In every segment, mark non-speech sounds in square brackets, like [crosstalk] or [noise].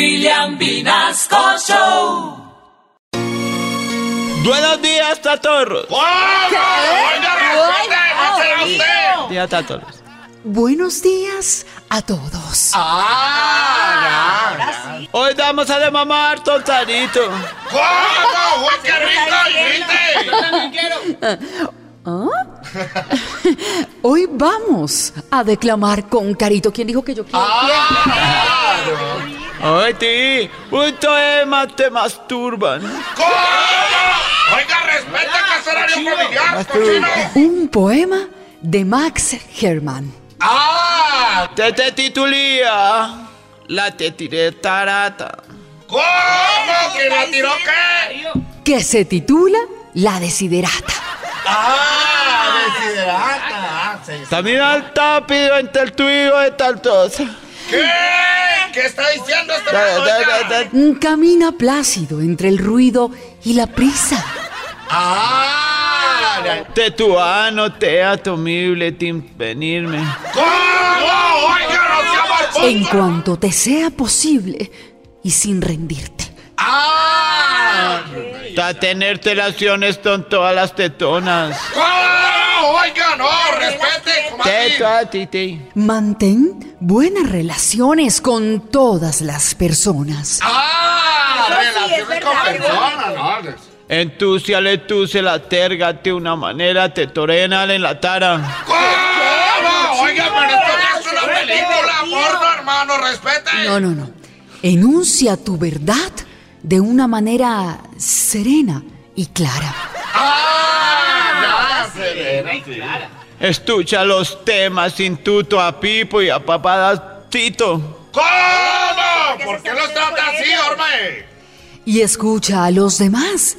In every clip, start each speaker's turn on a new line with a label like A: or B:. A: William Vinasco Show.
B: Buenos días, Tatorros.
C: Oh.
B: Días, Tatorros.
D: Buenos días a todos.
B: Hoy vamos a de mamar, tontarito.
D: Hoy vamos a declamar con Carito. ¿Quién dijo que yo quiero?
B: Hoy, ti, un tema te masturban.
C: Oiga, respeta que es horario familiar,
B: Masturban.
C: cochino.
D: Un poema de Max Herman.
C: ¡Ah!
B: Te te titulía La te tiré tarata.
C: ¿Cómo? ¿Que la tiró qué?
D: Que se titula La Desiderata.
B: También al tapido entre el tuyo de tal cosa.
C: ¿Qué? ¿Qué está diciendo este
B: Da, da, da,
C: oiga?
B: da.
D: Camina plácido entre el ruido y la prisa.
C: ¡Ah!
B: Te tuano, te atomible, tim venirme.
C: Ah, ¿Cómo? Oiga, no sea barbudo.
D: En cuanto te sea posible y sin rendirte.
C: ¡Ah!
B: Ta tener relaciones con todas las tetonas.
C: ¿Cómo? Oiga, no, respete, comadre.
B: Teto a ti, ti.
D: Mantén buenas relaciones con todas las personas.
C: ¡Ah! Relaciones con personas, no.
B: Entucia, le tuce, la terga, te una manera, te torena, en la tara.
C: ¿Cómo? Oiga, pero esto no es una película, porno, hermano, respete.
D: No, no, no. Enuncia tu verdad de una manera serena y clara.
C: ¡Ah! Ya, Selena.
B: Estucha los temas sin tuto a Pipo y a papadacito.
C: ¿Cómo? ¿Por qué los trata así, [laughs] hombre?
D: Y escucha a los demás,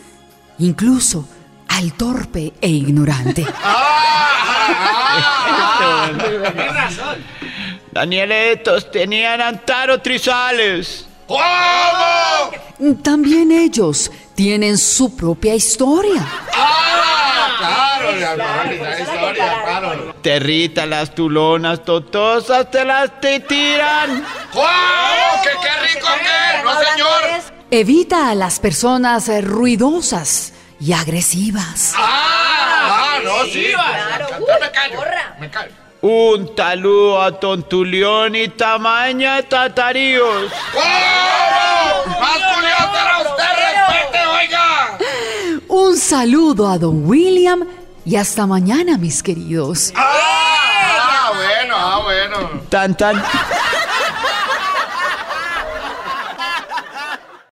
D: incluso al torpe e ignorante.
C: Ah,
B: Danieletos tenían antaro trizales.
C: ¿Cómo?
D: También ellos tienen su propia historia.
C: ¡Ah! Claro, ya, claro, pues, ya, historia, claro.
B: Territa las tulonas totosas, te las te tiran.
C: ¿Cómo? ¿Qué, qué rico que es? No, señor.
D: Evita a las personas eh, ruidosas y agresivas.
C: ¡Ah! ah, no, sí. Ya me callo, me callo.
B: Un talú a tontulión y tamaña tataríos.
C: ¿Cómo? Más curioso era usted, respete, oiga.
D: Un saludo a don William y hasta mañana, mis queridos.
C: ¡Ah! Ah, bueno, ah, bueno.
B: Tan tan.